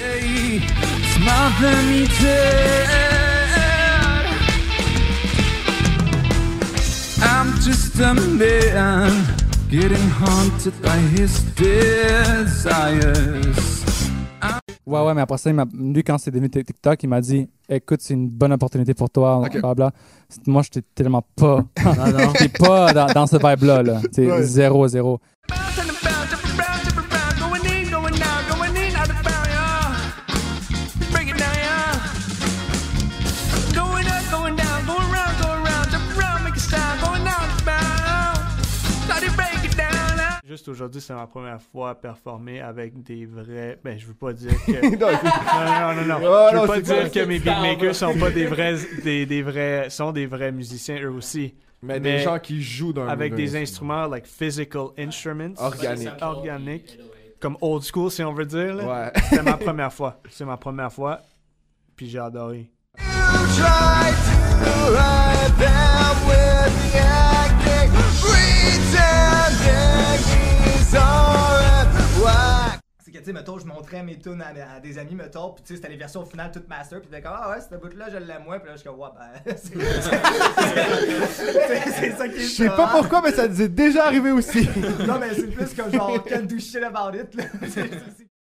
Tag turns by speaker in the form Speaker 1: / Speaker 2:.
Speaker 1: me, smart than me dead. I'm just a man getting haunted by his desires.
Speaker 2: Ouais, ouais, mais après ça, il m'a- lui, quand c'est devenu Tik- TikTok, il m'a dit Écoute, c'est une bonne opportunité pour toi, blabla. C'est- Moi, j'étais tellement pas. j'étais pas dans, dans ce vibe-là, là. C'est
Speaker 3: Ouais.
Speaker 2: zéro, zéro.
Speaker 1: Bouncing about, jumping around, jumping around, going in, going out, going in, out of bound, yeah. Break it down, yeah. Going up, going down, going round, going round, jump around, make a sound, going out of bound. Try to break it down, yeah.
Speaker 4: Juste aujourd'hui, c'est ma première fois à performer avec des vrais. Ben, je veux pas dire que.
Speaker 3: Non,
Speaker 4: non, non, non, non.
Speaker 3: Ouais,
Speaker 4: je veux
Speaker 3: non,
Speaker 4: pas
Speaker 3: c'est
Speaker 4: dire
Speaker 3: quoi,
Speaker 4: que mes beatmakers sont pas des vrais, des, des vrais, sont des vrais musiciens eux aussi.
Speaker 3: mais,
Speaker 4: Mais
Speaker 3: des gens qui jouent dans
Speaker 4: Eh Avec
Speaker 3: dans-
Speaker 4: des instruments, like physical instruments.
Speaker 3: Organique.
Speaker 4: Organique. Comme old school, si on veut dire. là.
Speaker 3: Ouais.
Speaker 4: C'était ma première fois. C'est ma première fois. Puis j'ai adoré.
Speaker 5: C'est que, tu sais, mettons, je montrais mes tunes à, à des amis, mettons, pis tu sais, c'était les versions finales toutes master, pis t'es comme, ah ouais, cette bout-là, je l'aime moins, pis là, je suis comme, ouais, ben. c'est- C'est c'est ça hein. qui est
Speaker 3: Je sais pas pourquoi, mais ça nous est déjà arrivé aussi.
Speaker 5: Non, mais c'est plus comme genre, can do shit about it, là. C'est- c'est-